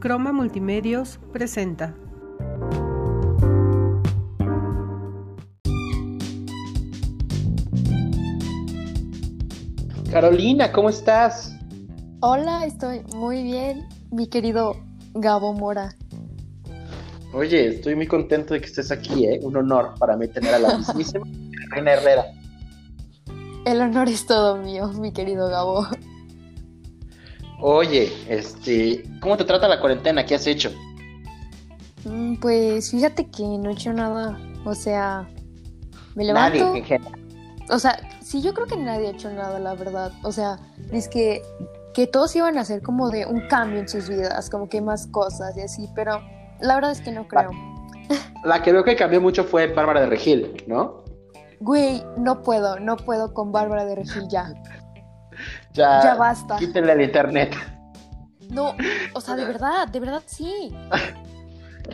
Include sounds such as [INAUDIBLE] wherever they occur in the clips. Croma Multimedios presenta. Carolina, ¿cómo estás? Hola, estoy muy bien, mi querido Gabo Mora. Oye, estoy muy contento de que estés aquí, ¿eh? Un honor para mí tener a la mismísima [LAUGHS] Reina Herrera. El honor es todo mío, mi querido Gabo. Oye, este, ¿cómo te trata la cuarentena? ¿Qué has hecho? Mm, Pues fíjate que no he hecho nada, o sea, me levanto. Nadie, en general. O sea, sí, yo creo que nadie ha hecho nada, la verdad. O sea, es que, que todos iban a hacer como de un cambio en sus vidas, como que más cosas y así, pero la verdad es que no creo. La que veo que cambió mucho fue Bárbara de Regil, ¿no? Güey, no puedo, no puedo con Bárbara de Regil ya. Ya, Ya basta. Quítenle el internet. No, o sea, de verdad, de verdad sí.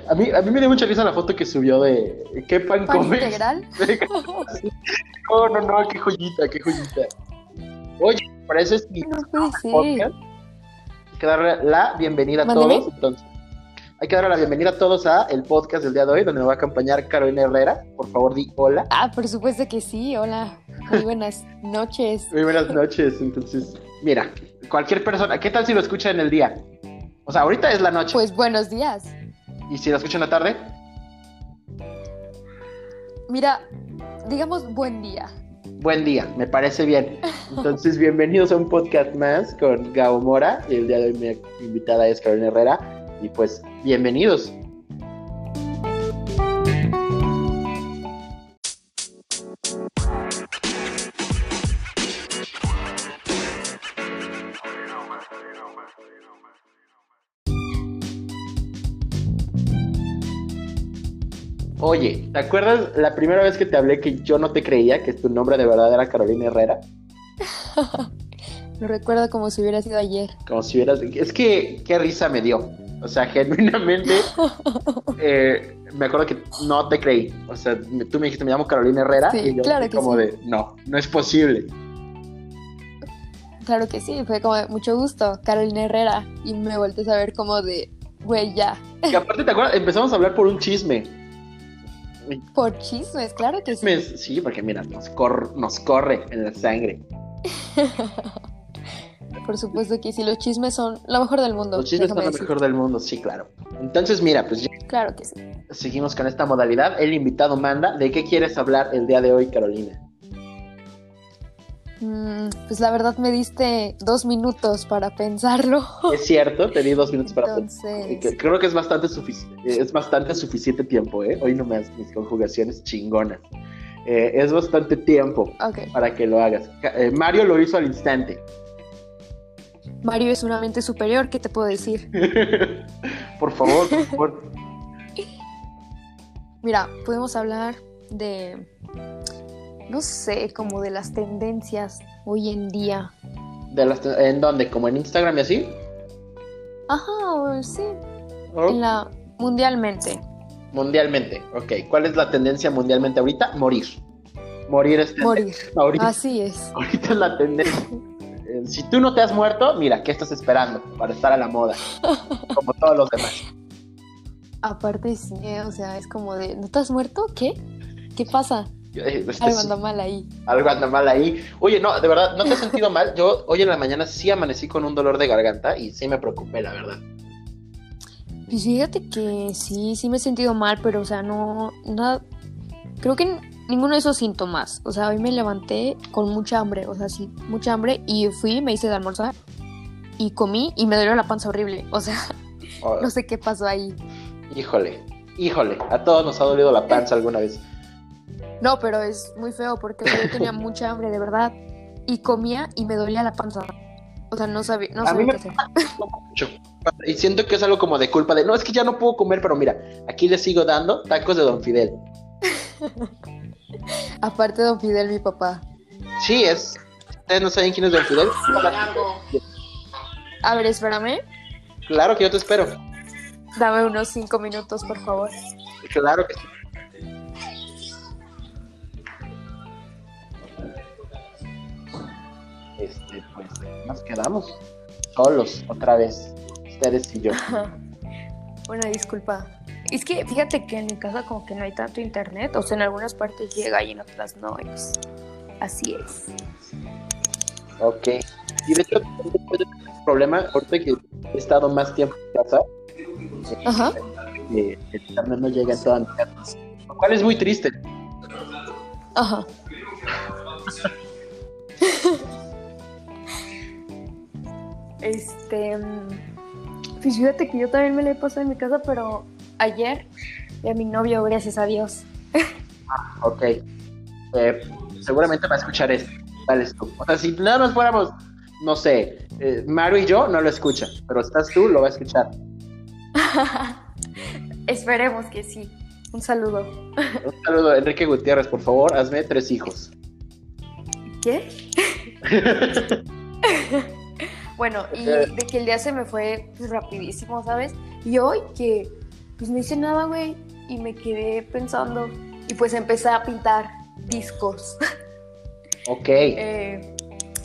A mí, a mí me dio mucha risa la foto que subió de ¿Qué pan, Pan comes? integral. [LAUGHS] No, no, no, qué joyita, qué joyita. Oye, para eso es mi No puede ser. podcast. Hay que darle la bienvenida a Mándeme. todos. Entonces, hay que darle la bienvenida a todos a el podcast del día de hoy, donde me va a acompañar Carolina Herrera. Por favor, di hola. Ah, por supuesto que sí. Hola. Muy buenas noches. Muy buenas noches. Entonces, mira, cualquier persona, ¿qué tal si lo escucha en el día? O sea, ahorita es la noche. Pues buenos días. ¿Y si lo escucha en la tarde? Mira, digamos buen día. Buen día, me parece bien. Entonces, bienvenidos a un podcast más con Gabo Mora. El día de hoy mi invitada es Carolina Herrera. Y pues, bienvenidos. Oye, ¿te acuerdas la primera vez que te hablé que yo no te creía que tu nombre de verdad era Carolina Herrera? Lo recuerdo como si hubiera sido ayer. Como si hubieras... Es que qué risa me dio. O sea, [LAUGHS] [LAUGHS] genuinamente, eh, me acuerdo que no te creí. O sea, me- tú me dijiste, me llamo Carolina Herrera. Sí, y yo claro fui que como sí. de, no, no es [LAUGHS] posible. Claro que sí, fue como de mucho gusto, Carolina Herrera. Y me volteé a ver como de, güey, ya. Y aparte, ¿te acuerdas? Empezamos a hablar por un chisme. Por chismes, claro que sí. Chismes, sí, porque mira, nos, cor- nos corre en la sangre. Por supuesto que sí, los chismes son lo mejor del mundo. Los chismes son déjame lo decir. mejor del mundo, sí, claro. Entonces, mira, pues ya Claro que sí. seguimos con esta modalidad. El invitado manda. ¿De qué quieres hablar el día de hoy, [LAUGHS] Carolina? Mm, pues la verdad me diste dos minutos para pensarlo. Es cierto, te di dos minutos para pensar. Entonces, Creo que es bastante, sufici- eh, es bastante suficiente tiempo, ¿eh? Hoy nomás mis conjugaciones chingonas. Eh, es bastante tiempo ok. para que lo hagas. Ca- eh, Mario lo hizo al instante. [LAUGHS] Mario es una mente superior, ¿qué te puedo decir? por favor, por favor. Mira, podemos hablar de, no sé, como de las tendencias hoy en día. De las- ¿En dónde? ¿Como en Instagram y así? Ajá, sí, ¿O? en la mundialmente. Mundialmente, ok. ¿Cuál es la tendencia mundialmente ahorita? Morir. Morir es Morir. ahorita. Así es. Ahorita es la tendencia. Eh, Si tú no te has muerto, mira, ¿qué estás esperando para estar a la [LAUGHS] moda? Como todos los demás. Aparte sí, eh, o sea, es como de, ¿no te has muerto? ¿Qué? ¿Qué pasa? Eh, este, Algo sí, anda mal ahí. algo anda mal ahí. Oye, no, de verdad, ¿no te has sentido mal? Yo hoy en la mañana sí amanecí con un dolor de garganta y sí me preocupé, la verdad. Pues fíjate que sí, sí me he sentido mal, pero o sea, no, nada, creo que n- ninguno de esos síntomas. O sea, hoy me levanté con mucha hambre, o sea, sí, mucha hambre y fui, me hice de almorzar y comí y me dolió la panza horrible. O sea, [LAUGHS] Oh, no sé qué pasó ahí. Híjole, híjole, a todos nos ha dolido la panza alguna vez. No, pero es muy feo porque [LAUGHS] yo tenía mucha hambre, de verdad, y comía y me dolía la panza. O sea, no sabía, no A mí sabía me- qué hacer. mucho. Y siento que es algo como de culpa de, no, es que ya no puedo comer, pero mira, aquí le sigo dando tacos de Don Fidel. Aparte de Don Fidel, mi papá. Sí, es... Ustedes no saben quién es Don Fidel. A ver, espérame, Claro que yo te espero. dame unos cinco minutos, por favor. Claro que sí. Este, pues, nos quedamos solos otra vez, ustedes y yo. [LAUGHS] Una disculpa. Es que fíjate que en mi casa como que no hay tanto internet, o sea, en algunas partes llega y en otras no. y pues, así es. Ok. Y de hecho, el problema, ahorita que he estado más tiempo en casa, Ajá. eh, el internet no llega en toda mi casa. Lo cual es muy triste. Ajá. este. mm, Pues fíjate que yo también me la he pasado en mi casa, pero ayer y a mi novio, gracias a Dios. Ok. Eh, seguramente va a escuchar esto. Tal es tú. O sea, si nada más fuéramos, no sé, eh, Maru y yo no lo escucha, pero estás tú, lo va a escuchar. Esperemos que sí. Un saludo. Un saludo a Enrique Gutiérrez, por favor, hazme tres hijos. ¿Qué? [LAUGHS] bueno, y de que el día se me fue pues, rapidísimo, ¿sabes? Y hoy que pues no hice nada, güey, y me quedé pensando y pues empecé a pintar discos. [LAUGHS] Ok. Eh,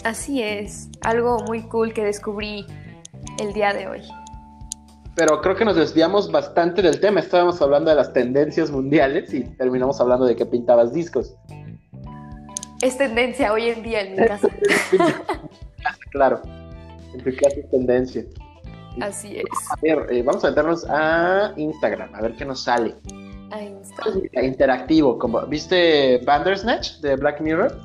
así es, algo muy cool que descubrí el día de hoy. Pero creo que nos desviamos bastante del tema. Estábamos hablando de las tendencias mundiales y terminamos hablando de que pintabas discos. Es tendencia hoy en día en mi casa. claro. En tu caso es tendencia. Así es. A ver, eh, vamos a meternos a Instagram, a ver qué nos sale. Ahí está. Interactivo, como ¿viste Bandersnatch de Black Mirror?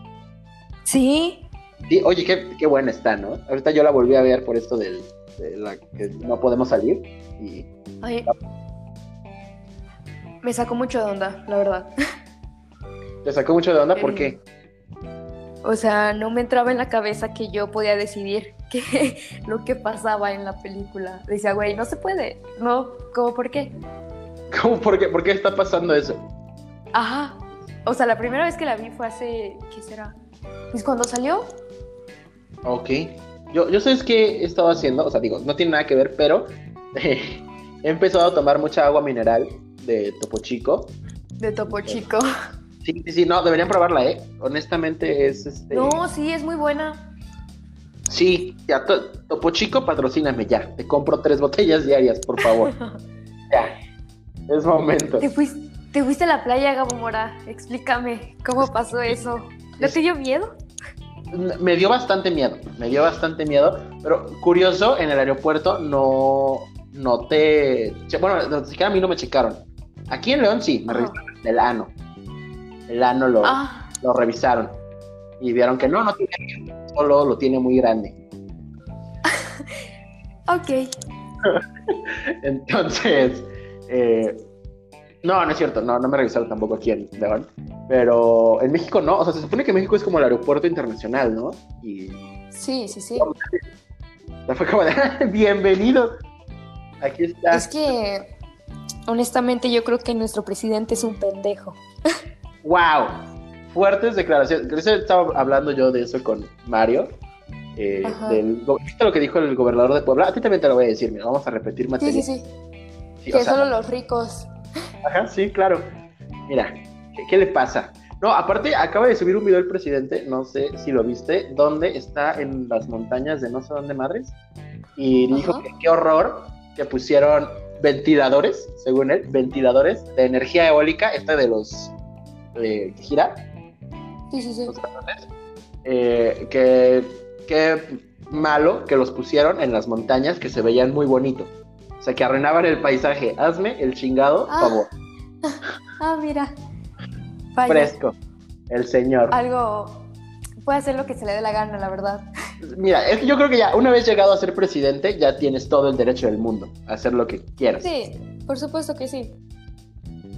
Sí, Sí, oye, qué, qué buena está, ¿no? Ahorita yo la volví a ver por esto del, de la que no podemos salir. Y Ay, me sacó mucho de onda, la verdad. te sacó mucho de onda porque O sea, no me entraba en la cabeza que yo podía decidir [LAUGHS] que, lo que pasaba en la película. Decía, güey, no se puede. No, ¿cómo por qué? [LAUGHS] ¿Cómo? ¿Por qué, ¿Por qué está pasando eso? Ajá. O sea, la primera vez que la vi fue hace, ¿qué será? Pues cuando salió. Ok. Yo, yo sabes qué he estado haciendo, o sea, digo, no tiene nada que ver, pero [LAUGHS] eh, he empezado a tomar mucha agua mineral de Topo Chico. De Topo Chico. Sí, sí, sí, no, deberían probarla, ¿eh? Honestamente es este... No, sí, es muy buena. [LAUGHS] Sí, ya, to- Topo Chico, patrocíname ya. Te compro tres botellas diarias, por favor. [LAUGHS] ya. Es momento. Te fuiste, te fuiste a la playa, Gabo Mora. Explícame cómo pasó eso. ¿No te dio miedo? Me dio bastante miedo, me dio bastante miedo, pero curioso, en el aeropuerto no, no te... che- Bueno, no, siquiera a mí no me checaron. Aquí en León sí, me Ajá. revisaron el ano. El ano lo, Ah, lo revisaron y vieron que no, no tiene, solo lo tiene muy grande. [LAUGHS] ok. Entonces, eh, no, no es cierto, no, no me revisaron tampoco aquí en León, pero en México no, o sea, se supone que México es como el aeropuerto internacional, ¿no? Y Sí, sí, sí. Ya fue como de, [LAUGHS] bienvenidos. Aquí está. Es que, honestamente, yo creo que nuestro presidente es un pendejo. ¡Wow! Fuertes declaraciones. Creo que estaba hablando yo de eso con Mario. eh, Ajá. del go- ¿Viste lo que dijo el gobernador de Puebla? A ti también te lo voy a decir, mira, vamos a repetir Sí, materia. sí, sí. Sí, o que sea, solo los ricos. Ajá, sí, claro. Mira, ¿qué, qué le pasa? No, aparte, acaba de subir un video el presidente, no sé si lo viste, donde está en las montañas de no sé dónde madres. Y dijo Ajá. que qué horror que pusieron ventiladores, según él, ventiladores de energía eólica, este de los eh, que gira, Sí, sí, sí. los grandotes, eh, que qué malo que los pusieron en las montañas que se veían muy bonito. O sea, que arruinaban el paisaje. Hazme el chingado Ah. favor. Ah, mira. Vaya, fresco. El señor. Algo. Puede hacer lo que se le dé la gana, la verdad. Mira, es que yo creo que ya, una vez llegado a ser presidente, ya tienes todo el derecho del mundo a hacer lo que quieras. Sí, por supuesto que sí.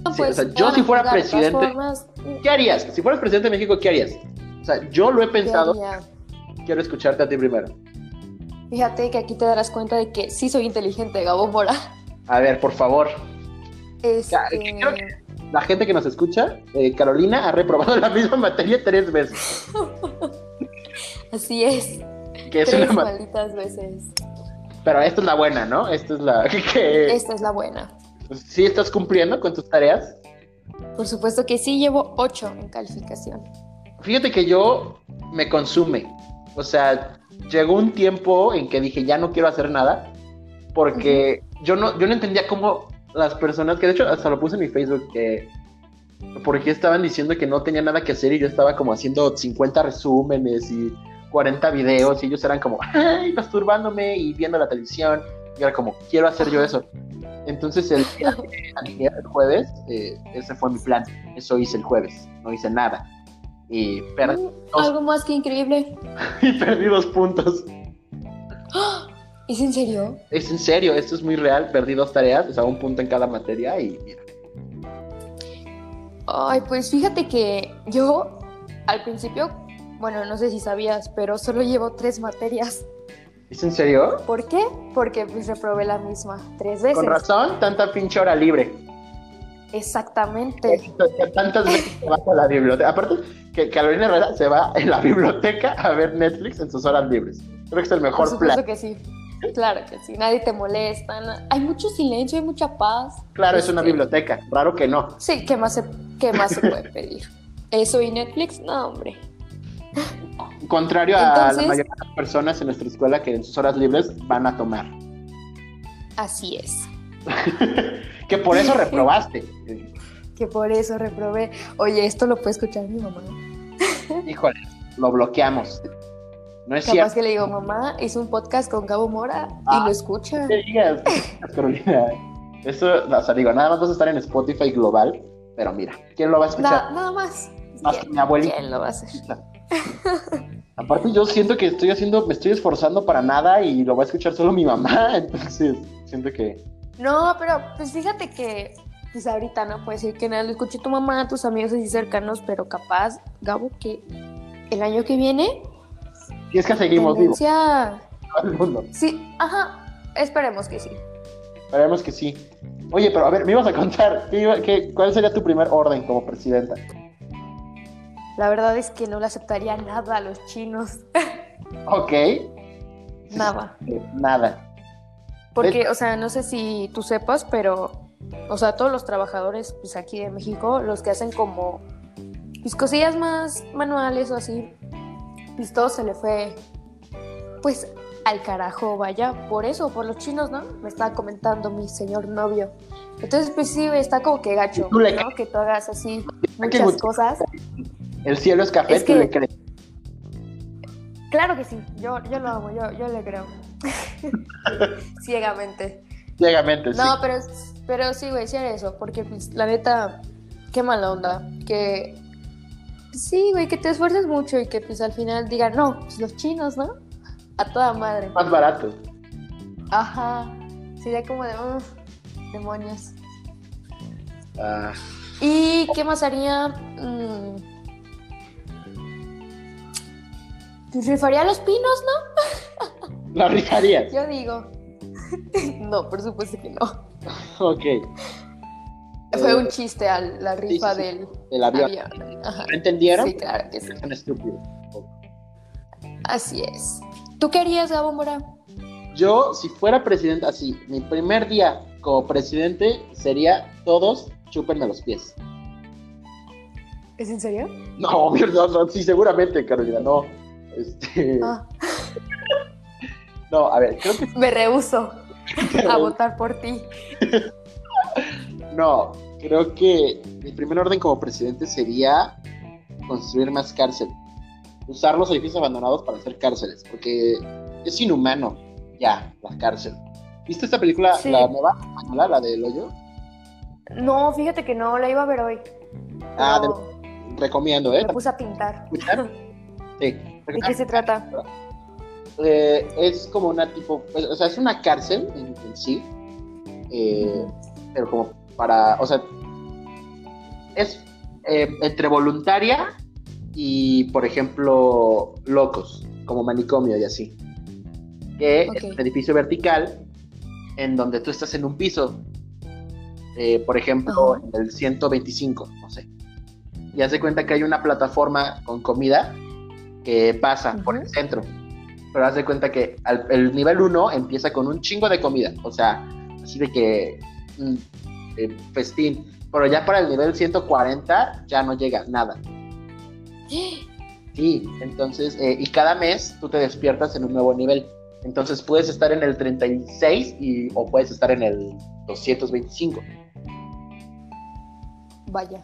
No, pues, Sí, o sea, yo si fuera de todas presidente, formas, ¿Qué harías? Si fueras presidente de México, ¿qué harías? O sea, yo lo he ¿qué pensado, haría? quiero escucharte a ti primero. Fíjate que aquí te darás cuenta de que sí soy inteligente, [LAUGHS] Gabo Mora. A ver, por favor, Este, que creo que- la gente que nos escucha, eh, Carolina ha reprobado [LAUGHS] la misma materia tres veces, Así es. que es Tres una ma- malditas veces. Pero esta es la buena, ¿no? Esta es la [LAUGHS] que Esta es la buena. sí estás cumpliendo con tus tareas. Por supuesto que sí, llevo ocho en calificación. Fíjate que yo me consume. O sea, llegó un tiempo en que dije, ya no quiero hacer nada, porque yo no, yo no entendía cómo las personas, que de hecho hasta lo puse en mi Facebook, que porque estaban diciendo que no tenía nada que hacer y yo estaba como haciendo 50 resúmenes y 40 videos y ellos eran como, ay, masturbándome y viendo la televisión. Y era como, quiero hacer yo eso. Entonces el, día que animé el jueves, eh, ese fue mi plan. Eso hice el jueves, no hice nada. Y perdí, dos, Algo más que increíble. [LAUGHS] y perdí dos puntos. ¡Ah! ¿Es en serio? Es en serio, esto es muy real. Perdí dos tareas, o sea, un punto en cada materia y mira. Ay, pues fíjate que yo al principio, bueno, no sé si sabías, pero solo llevo tres materias. ¿Es en serio? ¿Por qué? Porque pues reprobé la misma tres veces. Con razón, tanta pinche hora libre. Exactamente. Tantas veces que vas a la biblioteca. Aparte, que Carolina Herrera se va en la [LAUGHS] biblioteca a ver Netflix en sus horas libres. Creo que es el Por mejor supuesto plan. que sí. Claro que sí. Nadie te molesta. na- Hay mucho silencio, hay mucha paz. Claro, es una Este, biblioteca. Raro que no. Sí, ¿qué más se, qué más se puede pedir? Eso y Netflix, no, hombre. Contrario a la Entonces- mayoría de las personas en nuestra escuela que en sus horas libres van a tomar. Así es. Que por [LAUGHS] eso reprobaste. Que por eso reprobé. Oye, esto lo puede escuchar mi mamá. Híjole, lo bloqueamos. No es Capaz cierto. que le digo, mamá, hice un podcast con Gabo Mora Ah. y lo escucha. No te digas, Carolina. Eso, o sea, digo, nada más vas a estar en Spotify global, pero mira, ¿quién lo va a escuchar? Na- nada más. Más que mi abuelita. ¿Quién lo va a hacer? Aparte yo siento que estoy haciendo, me estoy esforzando para nada y lo va a escuchar solo mi mamá, [LAUGHS] entonces siento que No, pero pues fíjate que pues ahorita no puede decir que nada, lo escuché tu mamá, tus amigos así cercanos, pero capaz, Gabo, que el año que viene si es que seguimos vivos tendencia- todo el mundo. Sí, ajá, esperemos que sí. Esperemos que sí. Oye, pero a ver, me ibas a contar, ¿qué iba- qué- ¿cuál sería tu primer orden como presidenta? La verdad es que no le aceptaría nada a los chinos, Ok, nada. eh, nada. Porque, o sea, no sé si tú sepas, pero, o sea, todos los trabajadores pues aquí de México, los que hacen como pues cosillas más manuales o así, pues todo se le fue pues al carajo, vaya, por eso, por los chinos, ¿no? Me estaba comentando mi señor novio. Entonces, pues sí, está como que gacho, Y tú le ¿no? Que tú hagas así que muchas cosas. El cielo es café, Es tú que- le crees. Claro que sí, yo, yo lo amo, yo, yo le creo. [LAUGHS] Ciegamente. Ciegamente, sí. No, pero, pero sí, güey, sí era eso, porque pues, la neta, qué mala onda. Que sí, güey, que te esfuerces mucho y que pues al final digan, no, pues los chinos, ¿no? A toda madre. Más barato. Ajá. Sería como de, "Uf, demonios. Ah, ¿Y qué más haría? Mm. Pues rifaría los pinos, ¿no? la rifarías. Yo digo. [LAUGHS] no, por supuesto que no. Ok. Fue Eh, un chiste a la rifa sí, sí. del El avión. avión. Ajá. ¿No entendieron? Sí, claro que sí. Es un estúpido. Así es. ¿Tú querías, Gabo Mora? Yo, si fuera presidente, así, mi primer día como presidente sería todos chúpenme los pies. [LAUGHS] ¿Es en serio? No, no, no, sí, seguramente, Carolina, no. Este, Ah, No, a ver, creo que me [LAUGHS] rehuso a votar por ti. no, creo que mi primer orden como presidente sería construir más cárceles. Usar los edificios abandonados para hacer cárceles, porque es inhumano ya la cárcel. ¿Viste esta película, Sí. la nueva española, la del hoyo? No, fíjate que no, la iba a ver hoy. Ah, Pero Recomiendo, ¿eh? Me puse a pintar. ¿Escuchar? Sí. ¿De qué se trata? Eh, es como una tipo, pues, o sea, es una cárcel en, en sí, eh, pero como para, o sea, es eh, entre voluntaria y, por ejemplo, locos, como manicomio y así. Que es Ok. un edificio vertical en donde tú estás en un piso, eh, por ejemplo, Ajá. en el 125, no sé. Y hace cuenta que hay una plataforma con comida que pasa por el Ujú. centro. Pero haz de cuenta que al- el nivel 1 empieza con un chingo de comida. O sea, así de que mm, eh, festín. Pero ya para el nivel 140 ya no llega nada. Sí, entonces, eh, y cada mes tú te despiertas en un nuevo nivel. Entonces puedes estar en el 36 y, o puedes estar en el 225. [GASPS] Vaya.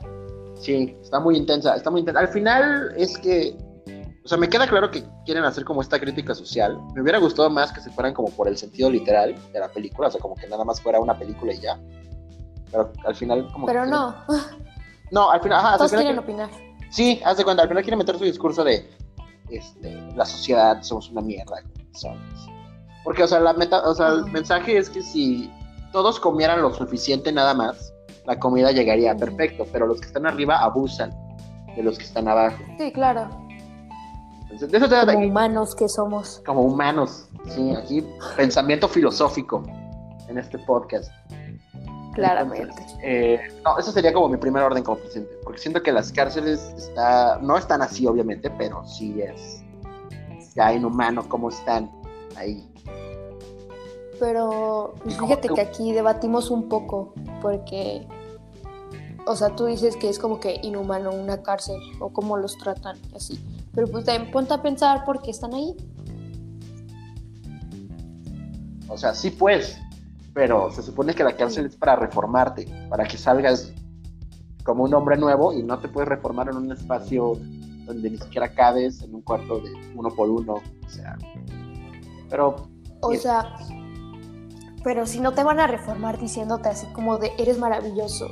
Sí, está muy intensa, está muy intensa. Al final es que, o sea, me queda claro que quieren hacer como esta crítica social. Me hubiera gustado más que se fueran como por el sentido literal de la película, o sea, como que nada más fuera una película y ya. Pero al final como... Pero que- no, No, al final... Ajá, al todos final- quieren opinar. Sí, haz de cuenta, al final quiere meter su discurso de este, la sociedad somos una mierda. somos. Porque, o sea, la meta, o sea, el Ajá. mensaje es que si todos comieran lo suficiente nada más, la comida llegaría perfecto, pero los que están arriba abusan de los que están abajo. Sí, claro. Entonces, de eso se trata Como aquí, humanos que somos. como humanos, sí, aquí pensamiento filosófico en este podcast. Claramente. Eh, no, eso sería como mi primer orden como presidente, porque siento que las cárceles está, no están así, obviamente, pero sí es ya inhumano cómo están ahí. Pero pues, ¿Cómo fíjate tú? que aquí debatimos un poco porque, o sea, tú dices que es como que inhumano una cárcel o cómo los tratan y así. Pero pues también ponte a pensar por qué están ahí. O sea, sí pues, pero se supone que la cárcel es para reformarte, para que salgas como un hombre nuevo y no te puedes reformar en un espacio donde ni siquiera cabes, en un cuarto de uno por uno, o sea. Pero O Bien. sea, pero si no te van a reformar diciéndote así como de eres maravilloso,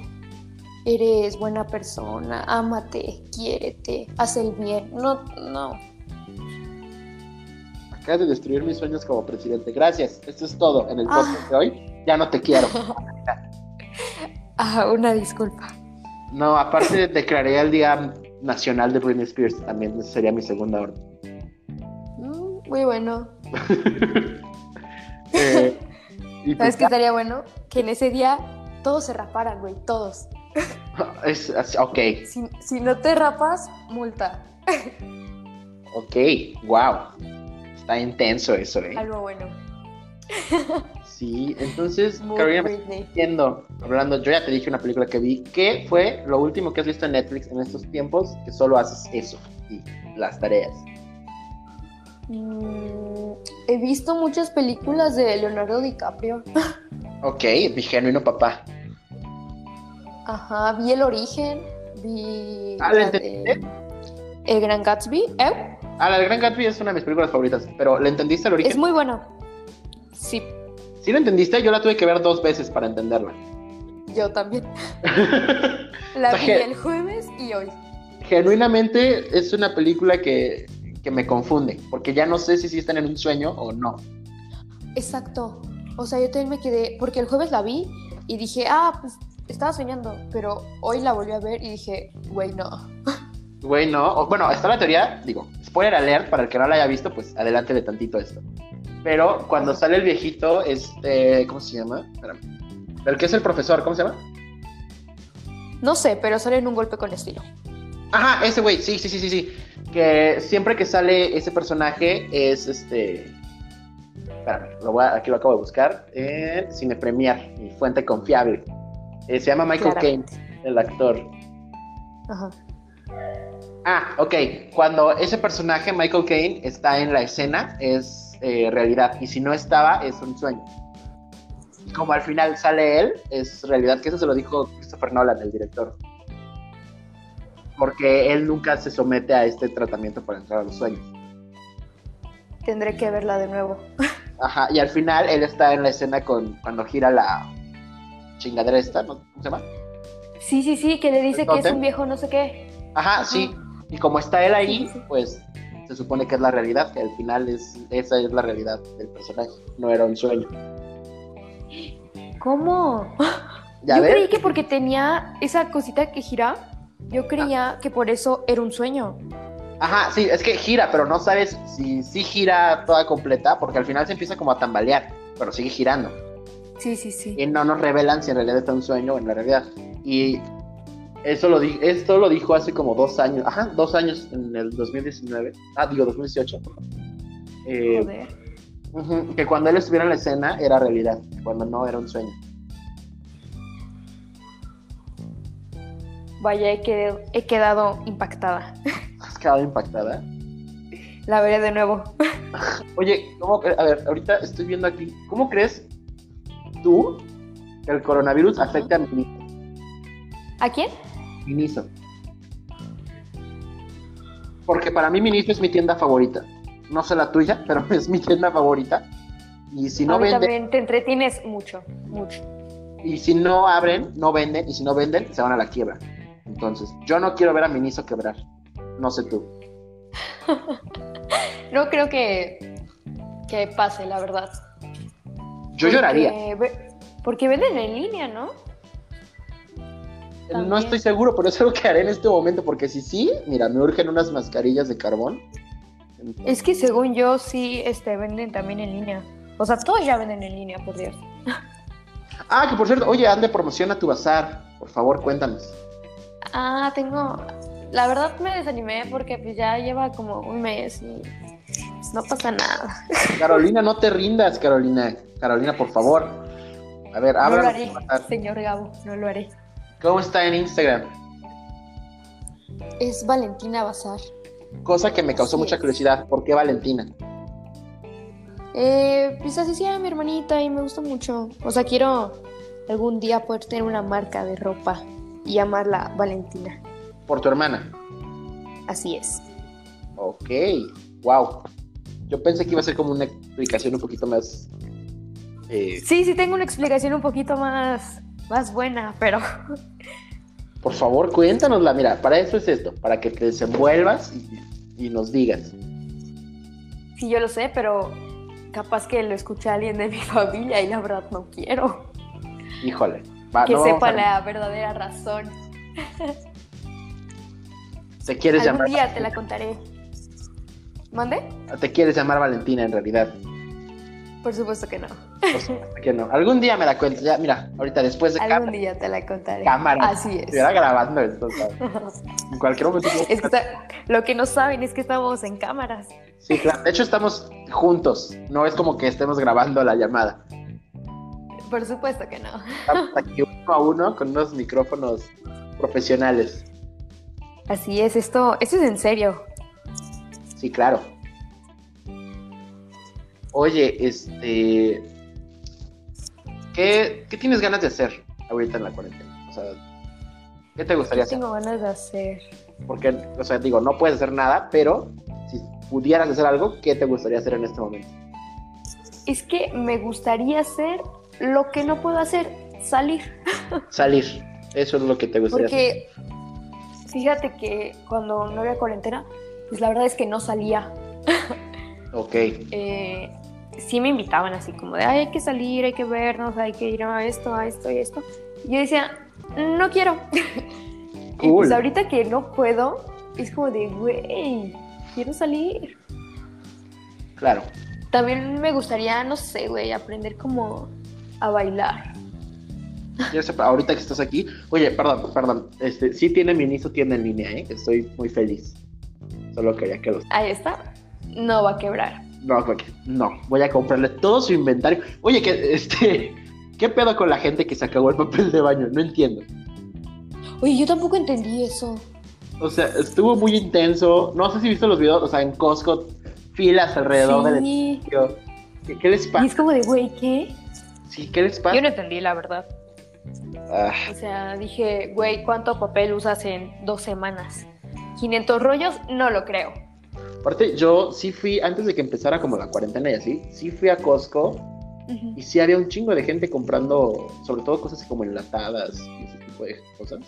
eres buena persona, ámate, quiérete, haz el bien. No, no. acabas de destruir mis sueños como presidente. Gracias, esto es todo en el Ah. podcast de hoy. Ya no te quiero. Ah, una disculpa. No, aparte [LAUGHS] declaré el Día Nacional de Britney Spears, también esa sería mi segunda orden. Mm, muy bueno. Eh, y [LAUGHS] ¿Sabes pues, qué estaría bueno? Que en ese día todos se raparan, güey, todos. es, es- ok, Si, si no te rapas, multa. ok, wow. Está intenso eso, ¿eh? Algo bueno. Sí, entonces, Muy Carolina, me está Britney. diciendo, hablando, yo ya te dije una película que vi, ¿qué fue lo último que has visto en Netflix en estos tiempos que solo haces eso y las tareas? Mm, he visto muchas películas de Leonardo DiCaprio. Ok, mi genuino papá. Ajá, vi El Origen, vi Ah, ¿la la de El Gran Gatsby. ¿Eh? Ah, la del Gran Gatsby es una de mis películas favoritas, pero ¿le entendiste el Es origen? muy bueno. Sí, Si lo entendiste, yo la tuve que ver dos veces para entenderla. yo [LAUGHS] también. La vi Exagero. el jueves y hoy. genuinamente es una película que, que me confunde, porque ya no sé si sí están en un sueño o no. Exacto. O sea, yo también me quedé, porque el jueves la vi y dije, ah, pues estaba soñando, pero hoy la volví a ver y dije, güey, no. Güey, no. O, bueno, está la teoría, digo, spoiler alert, para el que no la haya visto, pues adelántele tantito esto. Pero cuando sale el viejito, este, ¿cómo se llama? Espérame. El que es el profesor, ¿cómo se llama? No sé, pero sale en un golpe con estilo. Ajá, ese güey, sí, sí, sí, sí, sí. Que siempre que sale ese personaje es este. Espérame, lo voy a- aquí lo acabo de buscar. Eh, Cine Premier, mi fuente confiable. Eh, se llama Michael Caine, Claramente. el actor. Ajá. Ah, ok. Cuando ese personaje, Michael Caine, está en la escena, es eh, realidad. Y si no estaba, es un sueño. Y como al final sale él, es realidad. Que eso se lo dijo Christopher Nolan, el director. Porque él nunca se somete a este tratamiento para entrar a los sueños. Tendré que verla de nuevo. Ajá. Y al final, él está en la escena con cuando gira la chingadera esta, ¿no? ¿cómo se llama? Sí, sí, sí, que le dice que es Entonces- un viejo no sé qué. Ajá, Ajá. sí. Y como está él ahí, Sí, sí. pues se supone que es la realidad, que al final es esa es la realidad del personaje, no era un sueño. ¿Cómo? Ya yo ves, creí que porque tenía esa cosita que gira, yo creía que por eso era un sueño. ajá, sí, es que gira, pero no sabes si sí gira toda completa, porque al final se empieza como a tambalear, pero sigue girando. Sí, sí, sí. Y no nos revelan si en realidad está un sueño o en la realidad. Y eso lo di- esto lo dijo hace como dos años, ajá, dos años en el 2019, ah, digo 2018. Eh, Joder. Ujú, Que cuando él estuviera en la escena era realidad, cuando no era un sueño. Vaya, he quedado, he quedado impactada. ¿Has quedado impactada? La veré de nuevo. Oye, ¿cómo cre- a ver, ahorita estoy viendo aquí. ¿Cómo crees tú que el coronavirus afecta a mi ¿A quién? Miniso? Porque para mí Miniso es mi tienda favorita. No sé la tuya, [LAUGHS] pero es mi tienda favorita. Y si no a mí venden, también te entretienes mucho, mucho. y si no abren, no venden, y si no venden, se van a la quiebra. Entonces, yo no quiero ver a Miniso quebrar. No sé tú. No creo que, que pase, la verdad. Yo lloraría. Porque ve- Porque venden en línea, ¿no? No También. estoy seguro, pero es algo que haré en este momento, porque si sí, mira, me urgen unas mascarillas de carbón. Entonces, Es que según yo sí este, venden también en línea. O sea, todos ya venden en línea, por Dios. Ah, que por cierto, oye, ande promoción a tu bazar. Por favor, cuéntanos. Ah, tengo... La verdad me desanimé porque pues ya lleva como un mes y pues, no pasa nada. Carolina, no te rindas, Carolina. Carolina, por favor. A ver, no lo ábranos haré, tu bazar. señor Gabo, no lo haré. ¿Cómo está en Instagram? Es Valentina Bazar. Cosa que me causó Así mucha es. curiosidad. ¿Por qué Valentina? Eh, pues así se llama mi hermanita y me gusta mucho. O sea, quiero algún día poder tener una marca de ropa y llamarla Valentina. Por tu hermana. Así es. Ok, wow. Yo pensé que iba a ser como una explicación un poquito más. eh, Sí, sí tengo una explicación un poquito más, más buena, pero por favor, cuéntanosla. Mira, para eso es esto, para que te desenvuelvas y, y nos digas. sí yo lo sé, pero capaz que lo escuche alguien de mi [LAUGHS] familia y la verdad no quiero Híjole. Va, que Ah, no vamos sepa a- la verdadera razón. Te quieres Algún llamar. día te la contaré. ¿Mande? Te quieres llamar Valentina en realidad. Por supuesto que no. Por supuesto que no. Algún día me la cuento. Ya, mira, ahorita después de Algún cámara, día te la contaré. Cámara. Así es. estuviera grabando esto. o sea, En cualquier momento. [LAUGHS] Es que está- lo que no saben es que estamos en cámaras. Sí, claro. De hecho, estamos juntos. No es como que estemos grabando la llamada. Por supuesto que no. Estamos aquí uno a uno con unos micrófonos profesionales. Así es, esto, esto es en serio. Sí, claro. Oye, este. ¿Qué, qué tienes ganas de hacer ahorita en la cuarentena? O sea, ¿qué te gustaría ¿Qué hacer? tengo ganas de hacer? Porque, o sea, digo, no puedes hacer nada, pero si pudieras hacer algo, ¿qué te gustaría hacer en este momento? Es que me gustaría hacer lo que no puedo hacer, salir. Salir. Eso es lo que te gustaría hacer. Porque fíjate que cuando no había cuarentena, pues la verdad es que no salía. Ok. Eh, sí me invitaban así como de, "Ay, hay que salir, hay que vernos, hay que ir a esto, a esto y esto. Y yo decía, no quiero. [LAUGHS] Y pues Cool. ahorita que no puedo, es como de, güey, quiero salir. Claro. También me gustaría, no sé, güey, aprender como a bailar. Ya sé, ahorita que estás aquí. Oye, perdón, perdón. Este, sí tiene mi inicio, tiene en línea, ¿eh? Estoy muy feliz. Solo quería que los. Ahí está. No va a quebrar. No, porque- no. Voy a comprarle todo su inventario. Oye, que este. ¿Qué pedo con la gente que se acabó el papel de baño? No entiendo. Oye, yo tampoco entendí eso. O sea, estuvo muy intenso. No sé si viste los videos, o sea, en Costco, filas alrededor del sí. edificio. ¿Qué, qué les Y pasa? es como de, güey, ¿qué? Sí, ¿qué les pasa? Yo no entendí, la verdad. Ah, O sea, dije, güey, ¿cuánto papel usas en dos semanas? 500 rollos, no lo creo. aparte, yo sí fui, antes de que empezara como la cuarentena y así, sí fui a Costco y sí había un chingo de gente comprando, sobre todo cosas como enlatadas y ese tipo de cosas.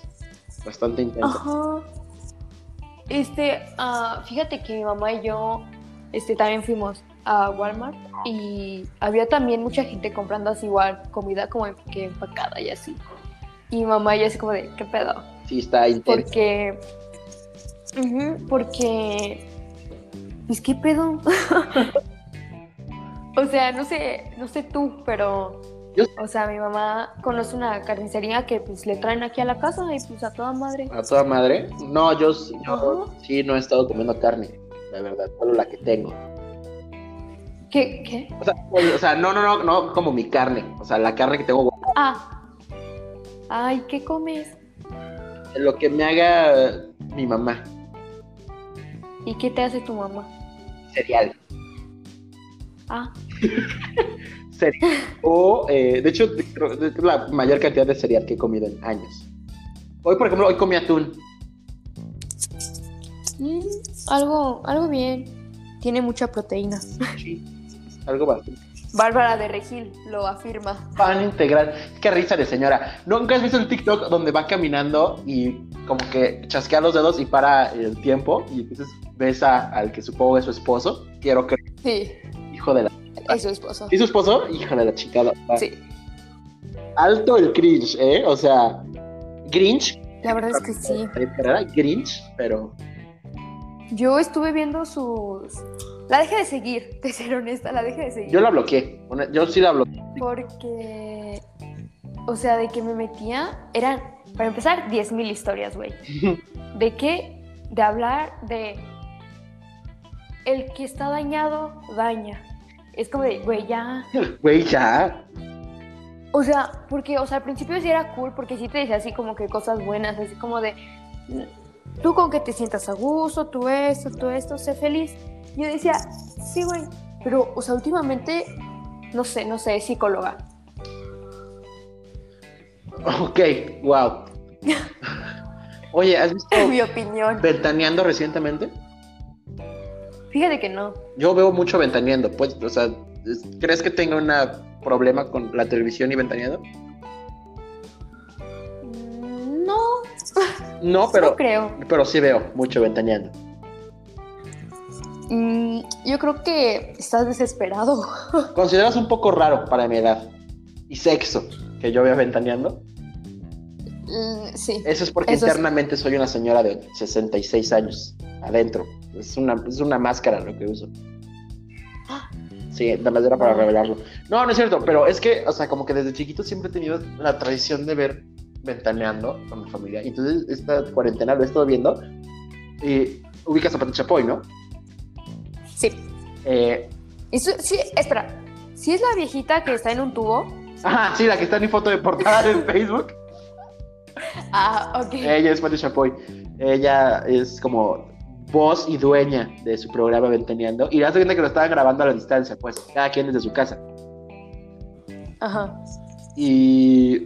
Bastante intenso. Ajá. Este, ah, fíjate que mi mamá y yo este, también fuimos a Walmart y había también mucha gente comprando así igual comida como que empacada y así. Y mi mamá ya así como de, ¿qué pedo? Sí, está intenso. Porque... Ujú, porque... Pues qué pedo. [LAUGHS] o sea, no sé, no sé tú, pero... Yo- O sea, mi mamá conoce una carnicería que pues le traen aquí a la casa y pues a toda madre. A toda madre. No, yo, s- yo Ajá. sí no he estado comiendo carne, la verdad, solo la que tengo. ¿Qué? ¿Qué? O sea, o sea, no, no, no, no como mi carne. O sea, la carne que tengo Ah. Ay, ¿qué comes? lo que me haga mi mamá, ¿Y qué te hace tu mamá? cereal. Ah, Cereal. O, eh, de hecho, creo que es la mayor cantidad de cereal que he comido en años. Hoy, por ejemplo, hoy comí atún. mm, algo, algo bien. Tiene mucha proteína. Sí, Algo bastante. Bárbara de Regil lo afirma. Pan integral. Qué risa de señora. ¿Nunca has visto el TikTok donde va caminando y como que chasquea los dedos y para el tiempo? Y entonces besa al que supongo es su esposo. Quiero que... Sí, Hijo de la... es su esposo. ¿Y su esposo? Hijo de la chingada. Sí, Alto el cringe, ¿eh? O sea, Grinch. la verdad Ah, es que sí. Era Grinch, pero... Yo estuve viendo sus... La dejé de seguir, [LAUGHS] te ser honesta, la dejé de seguir. Yo la bloqueé. Una- Yo sí la bloqueé. [LAUGHS] Porque, o sea, de que me metía, eran, para empezar, 10.000 historias, güey. ¿De qué? De hablar de el que está dañado, daña. Es como de, güey, ya. Güey, ya. O sea, porque, o sea, al principio sí era cool, porque sí te decía así como que cosas buenas, así como de, tú con que te sientas a gusto, tú esto, tú esto, sé feliz. Yo decía, sí, güey. Pero, o sea, últimamente, no sé, no sé, es psicóloga. [LAUGHS] Ok, [LAUGHS] wow. Oye, ¿has visto Es mi opinión. Ventaneando recientemente? Fíjate que no. Yo veo mucho Ventaneando, pues, o sea, es- ¿crees que tenga un problema con la televisión y Ventaneando? Mm, No, No, no pero, creo. pero sí veo mucho Ventaneando. Mm, yo creo que estás desesperado. ¿Consideras un poco raro para mi edad y sexo que yo veo Ventaneando? Mm, sí. Eso es porque Eso es- internamente soy una señora de 66 años, adentro. Es una, es una máscara lo que uso. Sí, nada más era para revelarlo. No, no es cierto, pero es que, o sea, como que desde chiquito siempre he tenido la tradición de ver ventaneando con mi familia. Y entonces esta cuarentena lo he estado viendo y ubicas a Pati Chapoy, ¿no? Sí. Eh, [LAUGHS] Eso- sí, espera. Si es la viejita que está en un tubo. ah, sí, la que está en mi foto de portada en Facebook. Ah, ok. Ella es Pati Chapoy. Ella es como voz y dueña de su programa Ventaneando. Y la cuenta que lo estaban grabando a la distancia, pues, cada quien desde su casa. Ajá. Y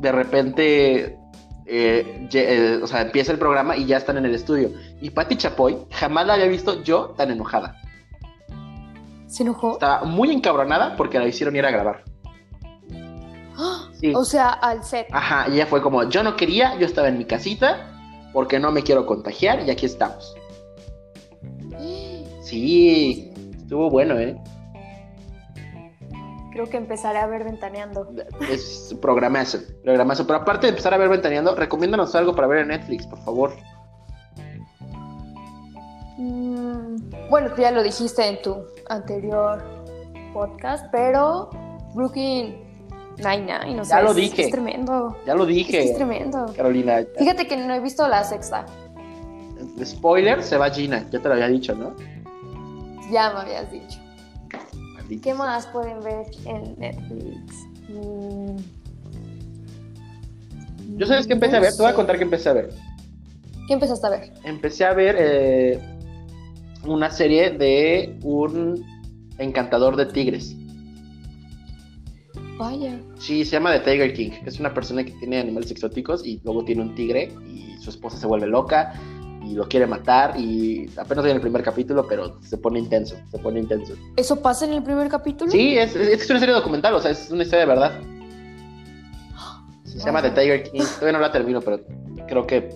de repente, eh, ye- eh, o sea, empieza el programa y ya están en el estudio. Y Pati Chapoy jamás la había visto yo tan enojada. ¿Se enojó? Estaba muy encabronada porque la hicieron ir a grabar. ¡Ah! Sí. Ah, O sea, al set. Ajá, y ella fue como, yo no quería, yo estaba en mi casita porque no me quiero contagiar y aquí estamos. Sí, estuvo bueno, ¿eh? Creo que empezaré a ver ventaneando. Es programazo, programazo. Pero aparte de empezar a ver Ventaneando, recomiéndanos algo para ver en Netflix, por favor. Mm, bueno, tú ya lo dijiste en tu anterior podcast, pero Brooklyn Nine-Nine, no sé. Ya lo es- dije. Es tremendo. Ya lo Es que es dije, tremendo. Carolina. Fíjate que no he visto la sexta. Spoiler, se va Gina, ya te lo había dicho, ¿no? Ya me habías dicho. Maldita ¿Qué sea. más pueden ver en Netflix? Mm. Yo sabes que empecé a No ver, te voy a sé. contar que empecé a ver. ¿Qué empezaste a ver? Empecé a ver eh, una serie de un encantador de tigres. Vaya. Sí, se llama The Tiger King. que Es una persona que tiene animales exóticos y luego tiene un tigre y su esposa se vuelve loca y lo quiere matar y apenas en el primer capítulo, pero se pone intenso, se pone intenso. ¿Eso pasa en el primer capítulo? Sí, es, es, es una serie documental, o sea, es una historia de verdad. Se llama [GASPS] The Tiger King. Todavía no la termino, pero creo que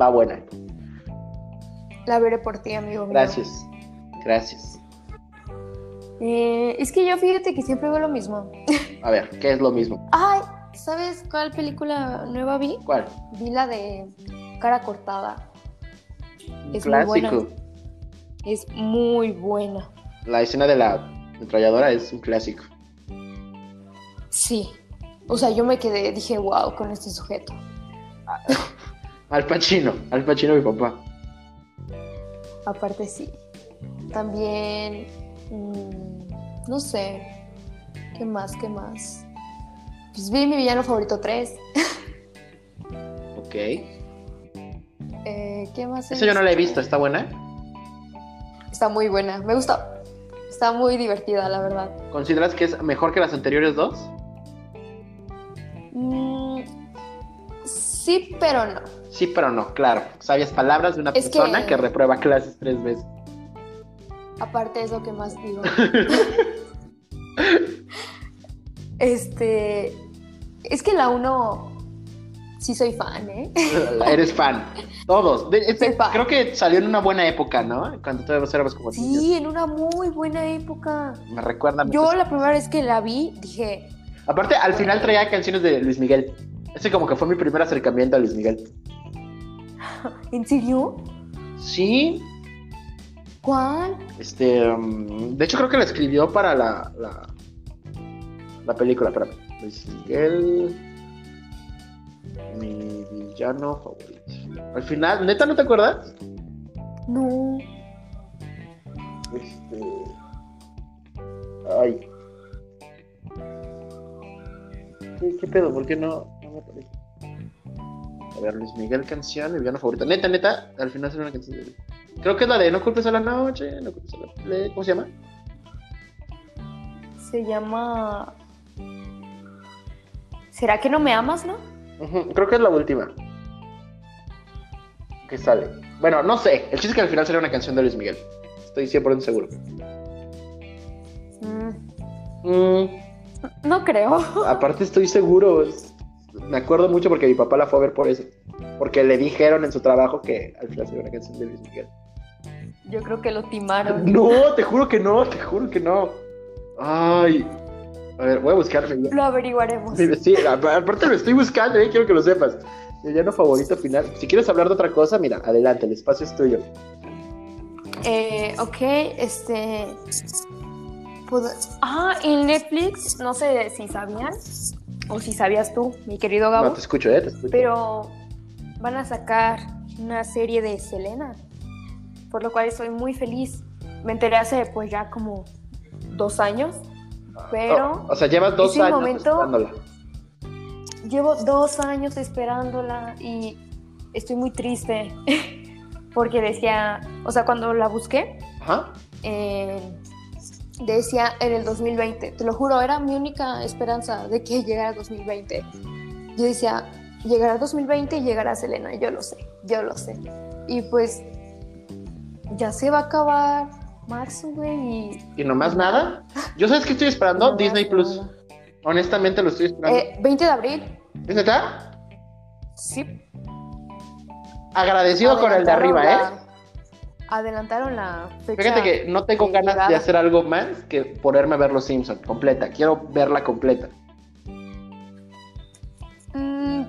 va buena. La veré por ti, amigo. mío. Gracias, gracias. Eh, es que yo fíjate que siempre veo lo mismo. A ver, ¿qué es lo mismo? Ay, ¿sabes cuál película nueva vi? ¿Cuál? Vi la de Cara Cortada. Es muy buena. clásico. Es muy buena. La escena de la metralladora es un clásico. Sí. O sea, yo me quedé, dije, wow, con este sujeto. Al Pacino, Al Pacino mi papá. Aparte sí. También, mm, no sé, ¿qué más? ¿Qué más? Pues vi mi villano favorito 3. Ok. ¿Qué más? Esa yo no la he este? visto, ¿está buena? Está muy buena, me gustó. Está muy divertida, la verdad. ¿Consideras que es mejor que las anteriores dos? Mm, sí, pero no. Sí, pero no, claro. Sabias palabras de una Es que- persona que... reprueba clases tres [LAUGHS] veces. Aparte es lo que más digo. este. Es que la uno Sí soy fan, ¿eh? Eres fan. Todos. De- este, Soy fan. Creo que salió en una buena época, ¿no? Cuando todos éramos como niños. Sí, en una muy buena época. Me recuerda. mucho. Yo la primera vez que la vi dije, Aparte, al final traía canciones de Luis Miguel. Ese como que fue mi primer acercamiento a Luis Miguel. ¿en serio? Sí. ¿Cuál? Este. um, de hecho, creo que la escribió para la. La, la película, espérame. Luis Miguel. Mi villano favorito. Al final, ¿neta no te acuerdas? No. Este. Ay. ¿Qué, qué pedo? ¿Por qué no, no me aparece? A ver, Luis Miguel canción, mi villano favorito. Neta, neta, al final sale una canción de Creo que es la de No culpes a la noche, no culpes a la ple- ¿Cómo se llama? Se llama... ¿Será que no me amas, no? Ujú, Creo que es la última. Que sale. Bueno, no sé. El chiste es que al final sale una canción de Luis Miguel. Estoy 100% seguro. Mm, Mm, no creo. [LAUGHS] Aparte estoy seguro, es- me acuerdo mucho porque mi papá la fue a ver por eso. Porque le dijeron en su trabajo que al final salió una canción de Luis Miguel. Yo creo que lo [LAUGHS] timaron. No, te juro que no, te juro que no. Ay. A ver, voy a buscarme. Lo averiguaremos. Sí, a- aparte lo estoy buscando, eh, quiero que lo sepas. Mi villano favorito final. Si quieres hablar de otra cosa, mira, adelante, el espacio es tuyo. Eh, ok, este... pod- Ah, en Netflix, no sé si sabían, o si sabías tú, mi querido Gabo, No te escucho, eh, te escucho. pero van a sacar una serie de Selena, por lo cual estoy muy feliz. Me enteré hace pues ya como dos años, pero O, o sea, llevas dos es el años momento- esperándola. llevo dos años esperándola y estoy muy triste [LAUGHS] porque decía, o sea, cuando la busqué, Ajá. en- eh, decía en el 2020. Te lo juro, era mi única esperanza de que llegara 2020. Yo decía, llegará 2020 y llegará Selena, yo lo sé, yo lo sé. Y pues ya se va a acabar marzo, güey, y... ¿Y nomás nada? ¿Yo sabes que estoy esperando? no Disney hace Plus. nada. Honestamente lo estoy esperando. Eh, 20 de abril, ¿Es neta? sí. Agradecido con el de arriba, ¿eh? ¿eh? Adelantaron la fecha. Fíjate que no tengo de ganas de llegada. hacer algo más que ponerme a ver Los Simpsons completa. Quiero verla completa. Mm,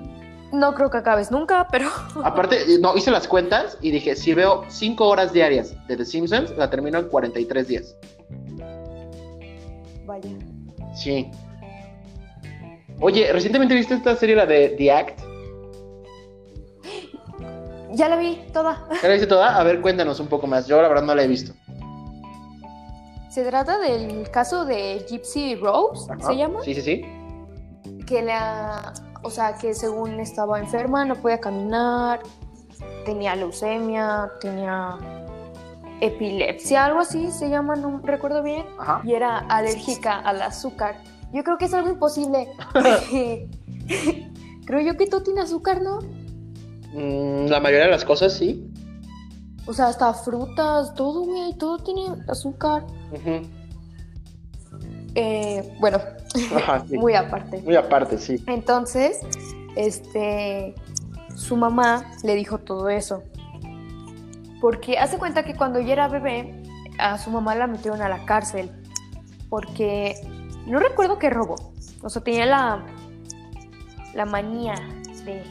no creo que acabes nunca, pero... Aparte, eh, no, hice las cuentas y dije, si veo 5 horas diarias de The Simpsons, la termino en 43 días. Vaya. Sí. Oye, recientemente viste esta serie, la de The Act. Ya la vi toda. ¿Ya la viste toda? "Ah, A ver, cuéntanos un poco más. Yo la verdad no la he visto. Se trata del caso de Gypsy Rose, Ajá. se llama, Sí, sí, sí. que la, o sea, que según estaba enferma, no podía caminar, tenía leucemia, tenía epilepsia, algo así se llama, no recuerdo bien, Ajá. y era alérgica al azúcar. Yo creo que es algo imposible. creo yo que todo tiene azúcar, ¿no? Mm, la mayoría de las cosas, sí. O sea, hasta frutas, todo, güey, todo tiene azúcar. Ujú. Eh, bueno, [LAUGHS] Ajá, sí. muy aparte. Muy aparte, sí. Entonces, este, su mamá le dijo todo eso. Porque hace cuenta que cuando ella era bebé, a su mamá la metieron a la cárcel. Porque no recuerdo qué robó. O sea, tenía la, la manía de.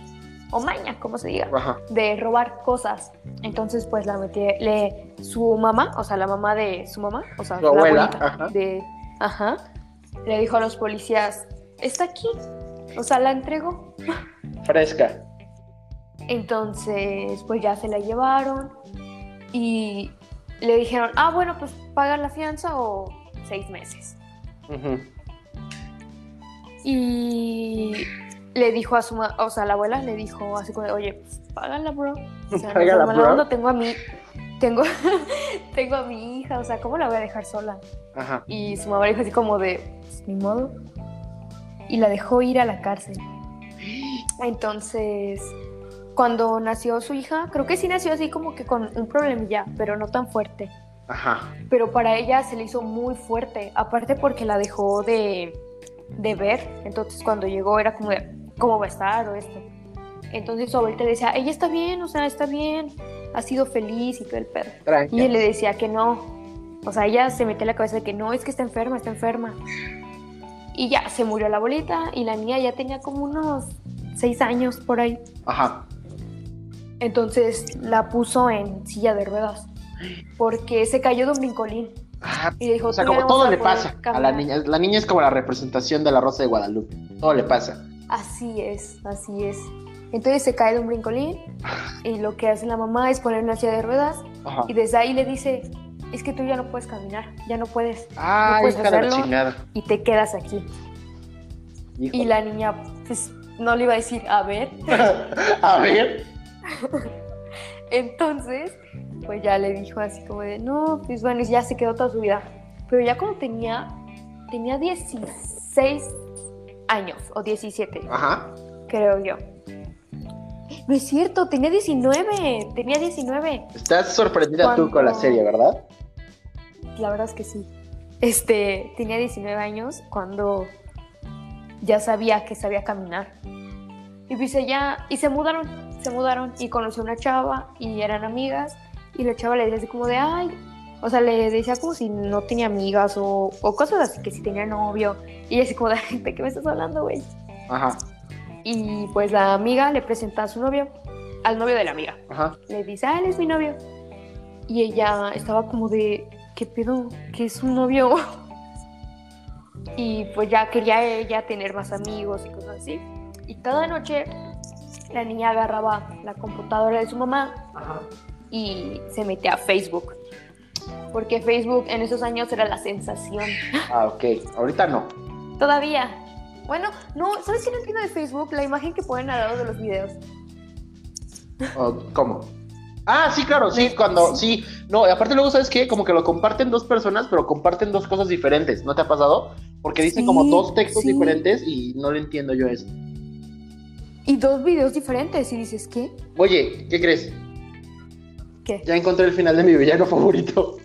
O maña, como se diga. Ajá. De robar cosas. Entonces, pues la metí. Le, su mamá, o sea, la mamá de su mamá, o sea, Su abuela, abuelita ajá. de. Ajá. Le dijo a los policías: Está aquí. O sea, la entregó. Fresca. Entonces, pues ya se la llevaron y le dijeron, ah, bueno, pues paga la fianza o seis meses. Ujú. Y le dijo a su ma- o sea, la abuela le dijo así como, de, oye, pues págala, bro. O sea, no seas Págala, mala bro. onda, tengo a mi, tengo, [LAUGHS] tengo a mi hija, o sea, ¿cómo la voy a dejar sola? Ajá. Y su mamá le dijo así como de, "Pues, ni modo. Y la dejó ir a la cárcel. Entonces, cuando nació su hija, creo que sí nació así como que con un problemilla, pero no tan fuerte. Ajá. Pero para ella se le hizo muy fuerte, aparte porque la dejó de, de ver. Entonces, cuando llegó era como de, ¿cómo va a estar o esto? Entonces su abuelita le decía, ella está bien, o sea, está bien, ha sido feliz y todo el perro. Y él Tranquilo. le decía que no. O sea, ella se metió en la cabeza de que no, es que está enferma, está enferma. Y ya, se murió la abuelita y la niña ya tenía como unos seis años por ahí. Ajá. Entonces la puso en silla de ruedas porque se cayó de un brincolín. Ah, Y dijo, o sea, "Tú ya como no todo vas a le poder pasa a la caminar". niña. La niña es como la representación de la Rosa de Guadalupe. Todo le pasa. Así es, así es. Entonces se cae de un brincolín y lo que hace la mamá es ponerle una silla de ruedas Ajá. y desde ahí le dice, es que tú ya no puedes caminar, ya no puedes Ah, puedes hija de la hacerlo. chingada. y te quedas aquí. Y la niña, pues, no le iba a decir, a ver. A ver. Entonces, pues ya le dijo así como de, no, pues bueno, y ya se quedó toda su vida. Pero ya como tenía, tenía 16 años, o 17, Ajá. creo yo. No es cierto, tenía 19, tenía 19. Estás sorprendida tú Cuando- con la serie, ¿verdad? La verdad es que sí. Este, tenía 19 años cuando ya sabía que sabía caminar. Y pues ella, y se mudaron, se mudaron y conoció una chava y eran amigas y la chava le decía así como de, ay, o sea, le decía como si no tenía amigas o, o cosas así, que si tenía novio. Y ella así como de, ¿de qué me estás hablando, güey? Ajá. Y pues la amiga le presenta a su novio, al novio de la amiga Ajá. le dice, ah, él es mi novio. Y ella estaba como de, ¿qué pedo? ¿Qué es un novio? [LAUGHS] Y pues ya quería ella tener más amigos y cosas así. Y cada noche la niña agarraba la computadora de su mamá Ajá. y se metía a Facebook. Porque Facebook en esos años era la sensación. Ah, ok. Ahorita no. Todavía. Bueno, no, ¿sabes qué no entiendo de Facebook? La imagen que ponen al lado de los videos. ¿O ¿Cómo? Ah, sí, claro, sí, cuando, sí. No, y aparte luego, ¿sabes qué? Como que lo comparten dos personas, pero comparten dos cosas diferentes. ¿No te ha pasado? Porque dicen Sí, como dos textos sí. diferentes y no le entiendo yo eso. Y dos videos diferentes. Y dices, ¿qué? Oye, ¿qué crees? ¿Qué? Ya encontré el final de mi villano [LAUGHS] favorito.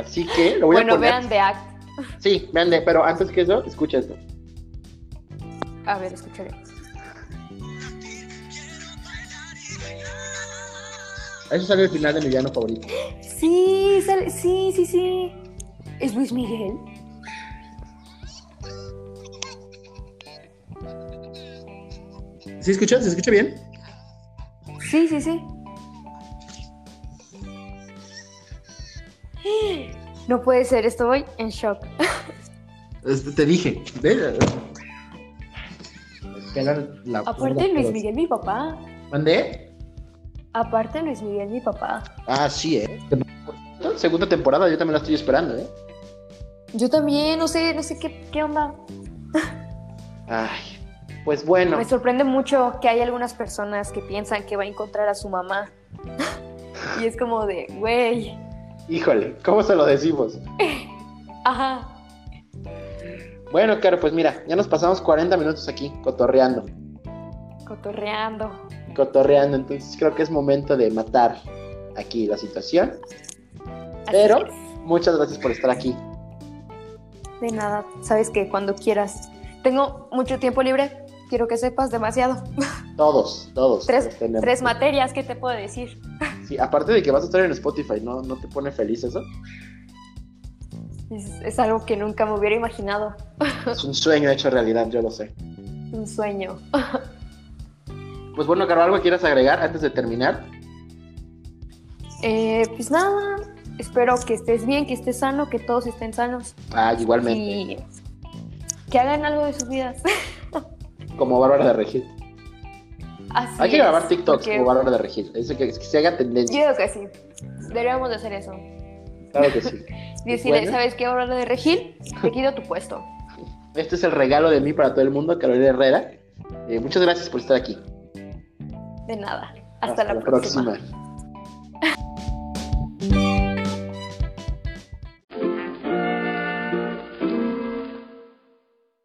Así que lo voy a bueno, poner. vean The Act. Sí, vean, de- pero antes que eso, escucha esto. A ver, escucharé. Eso sale el final de mi villano favorito. Sí, sale- sí, sí, sí. ¿Es Luis Miguel? ¿Sí escuchas? ¿Se escucha bien? Sí, sí, sí. No puede ser, estoy en shock. Este, Te dije. ¿Ves? Pelan la- Aparte Luis Miguel, mi papá. ¿Mandé? Aparte Luis Miguel, mi papá. Ah, sí, ¿eh? Segunda temporada, yo también la estoy esperando, ¿eh? Yo también, no sé, no sé qué, qué onda. Ay, pues bueno. Me sorprende mucho que hay algunas personas que piensan que va a encontrar a su mamá. [LAUGHS] Y es como de, güey, Híjole, ¿cómo se lo decimos? ajá. Bueno, claro, pues mira, ya nos pasamos 40 minutos aquí cotorreando. Cotorreando. Cotorreando, entonces creo que es momento de matar aquí la situación. Así Pero- es. Muchas gracias por estar aquí. De nada, sabes que cuando quieras. Tengo mucho tiempo libre, quiero que sepas demasiado. Todos, todos. Tres, los tenemos. tres materias, ¿qué te puedo decir? Sí, aparte de que vas a estar en Spotify, ¿no, ¿no te pone feliz [LAUGHS] eso? Es, es algo que nunca me hubiera imaginado. Es un sueño hecho realidad, yo lo sé. Un sueño. Pues bueno, Caro, ¿algo quieras agregar antes de terminar? Eh, pues nada, espero que estés bien, que estés sano, que todos estén sanos Ah, igualmente, y que hagan algo de sus vidas. [LAUGHS] como Bárbara de Regil. Así Hay que es, grabar TikToks porque como Bárbara de Regil. Eso que, que se haga Yo tendencia. creo que sí. Deberíamos de hacer eso. Claro que sí. Decirle, Bueno. ¿sabes qué? Ahora de Regil, te quito tu puesto. Este es el regalo de mí para todo el mundo, Carolina Herrera. Eh, muchas gracias por estar aquí. [LAUGHS] De nada. Hasta, la próxima.